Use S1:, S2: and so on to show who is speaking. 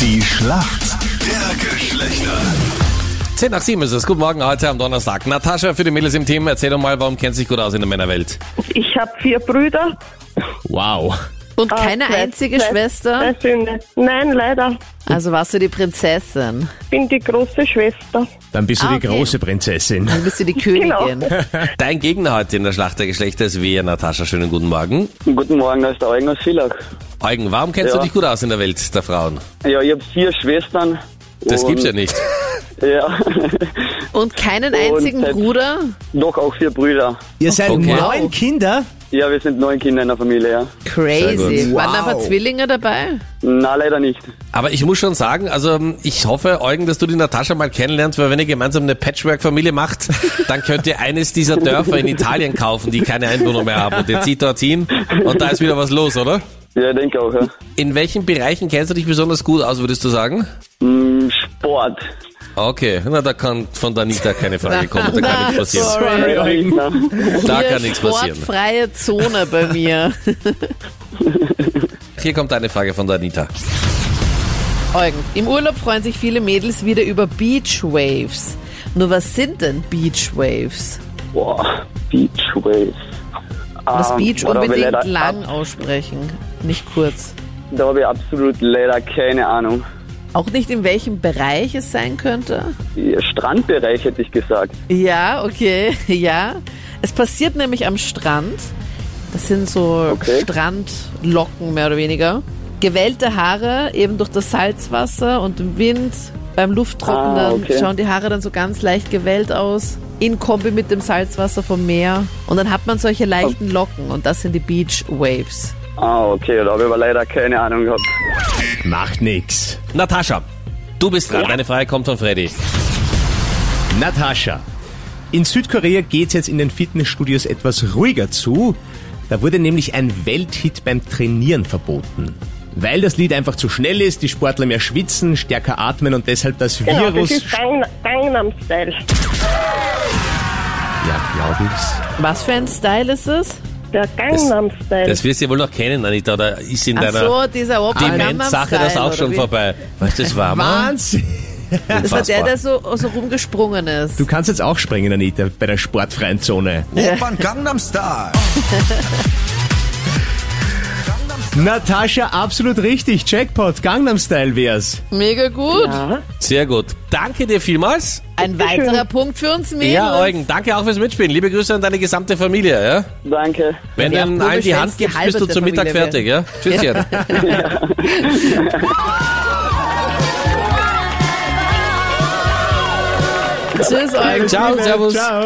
S1: Die Schlacht der Geschlechter.
S2: 10 nach 7 ist es. Guten Morgen heute am Donnerstag. Natascha für die Mädels im Team. Erzähl doch mal, warum kennt sich gut aus in der Männerwelt?
S3: Ich habe vier Brüder.
S2: Wow.
S4: Und
S3: Ah,
S4: keine
S3: zwei-
S4: einzige
S3: zwei-
S4: Schwester?
S3: Zwei Söhne. Nein, leider.
S4: Also warst du die Prinzessin.
S3: Ich bin die große Schwester.
S5: Dann bist du
S4: Ah,
S5: die
S4: okay.
S5: große Prinzessin.
S4: Dann bist du die Königin.
S6: Genau.
S2: Dein Gegner heute in der Schlacht der Geschlechter ist wir, Natascha. Schönen guten Morgen.
S6: Guten Morgen, da ist der Eugen aus Villach.
S2: Eugen, warum kennst du
S6: Ja.
S2: dich gut aus in der Welt der Frauen?
S6: Ja, ich habe vier Schwestern.
S2: Das
S6: und-
S2: gibt's ja nicht.
S6: Ja,
S4: Und keinen
S6: Und
S4: einzigen
S6: seit-
S4: Bruder?
S6: doch auch vier Brüder.
S5: Ihr seid
S2: Okay.
S5: neun Kinder?
S6: Ja, wir sind neun Kinder in der Familie, ja.
S2: Sehr
S4: Crazy.
S2: gut.
S4: Waren
S5: Wow.
S4: da ein paar Zwillinge dabei?
S6: Na, leider nicht.
S2: Aber ich muss schon sagen, also ich hoffe, Eugen, dass du die Natascha mal kennenlernst, weil wenn ihr gemeinsam eine Patchwork-Familie macht, dann könnt ihr eines dieser Dörfer in Italien kaufen, die keine Einwohner mehr haben. Und ihr zieht dorthin und da ist wieder was los, oder?
S6: Ja, ich denke auch, ja.
S2: In welchen Bereichen kennst du dich besonders gut aus, würdest du sagen?
S6: Hm, Sport.
S2: Okay, na da kann von Danita keine Frage kommen, da kann nichts passieren.
S5: Sorry,
S6: Ja,
S5: Eugen.
S6: na.
S2: Da
S4: Hier
S2: kann nichts passieren.
S4: Sportfreie Zone bei mir.
S2: Hier kommt eine Frage von Danita.
S4: Eugen, im Urlaub freuen sich viele Mädels wieder über Beachwaves. Nur was sind denn Beachwaves?
S6: Boah, Beach Waves.
S4: Und das
S6: Ähm,
S4: Beach
S6: oder will er
S4: unbedingt
S6: das
S4: lang
S6: ab-
S4: aussprechen, nicht kurz.
S6: Da habe ich absolut leider keine Ahnung.
S4: Auch nicht in welchem Bereich es sein könnte?
S6: Ihr Strandbereich hätte ich gesagt.
S4: Ja, okay, ja. Es passiert nämlich am Strand. Das sind so
S6: Okay.
S4: Strandlocken mehr oder weniger. Gewellte Haare eben durch das Salzwasser und den Wind. Beim Lufttrocknen
S6: Ah, okay.
S4: schauen die Haare dann so ganz leicht gewellt aus. In Kombi mit dem Salzwasser vom Meer. Und dann hat man solche leichten
S6: Oh.
S4: Locken und das sind die Beach Waves.
S6: Ah, okay, da habe ich aber leider keine Ahnung gehabt.
S5: Macht nix.
S2: Natascha, du bist dran. Deine Frage kommt von Freddy.
S5: Natascha, in Südkorea geht's jetzt in den Fitnessstudios etwas ruhiger zu. Da wurde nämlich ein Welthit beim Trainieren verboten. Weil das Lied einfach zu schnell ist, die Sportler mehr schwitzen, stärker atmen und deshalb das
S3: Genau, das
S5: Virus...
S3: ist Gang- Gangnam Style.
S5: ja, glaub ich's.
S4: Was für ein Style ist es?
S3: Der Gangnam Style.
S2: Das wirst du ja wohl noch kennen, Anita, oder ist in
S4: Ach
S2: deiner
S4: so, dieser Opa
S2: Demenzsache das auch schon vorbei? Weißt du, das war mal
S5: Wahnsinn!
S4: Das war der,
S2: unfassbar.
S4: der so, so rumgesprungen ist.
S5: Du kannst jetzt auch springen, Anita, bei der sportfreien Zone.
S1: Opern Gangnam Style.
S5: Natascha, absolut richtig. Jackpot, Gangnam Style wär's.
S4: Mega gut.
S2: Sehr gut. Danke dir vielmals.
S4: Ein weiterer Punkt für uns Mädels.
S2: Ja, Eugen, danke auch fürs Mitspielen. Liebe Grüße an deine gesamte Familie. Ja?
S6: Danke.
S2: Wenn
S4: Ja,
S2: dann
S4: komisch,
S2: allen die
S4: wenn's
S2: Hand
S4: die
S2: gibst,
S4: halbe
S2: bist du
S4: der
S2: zum Mittag
S4: Familie
S2: fertig. Ja? Tschüsschen.
S4: Tschüss, Eugen.
S2: Ciao, servus.
S5: Ciao.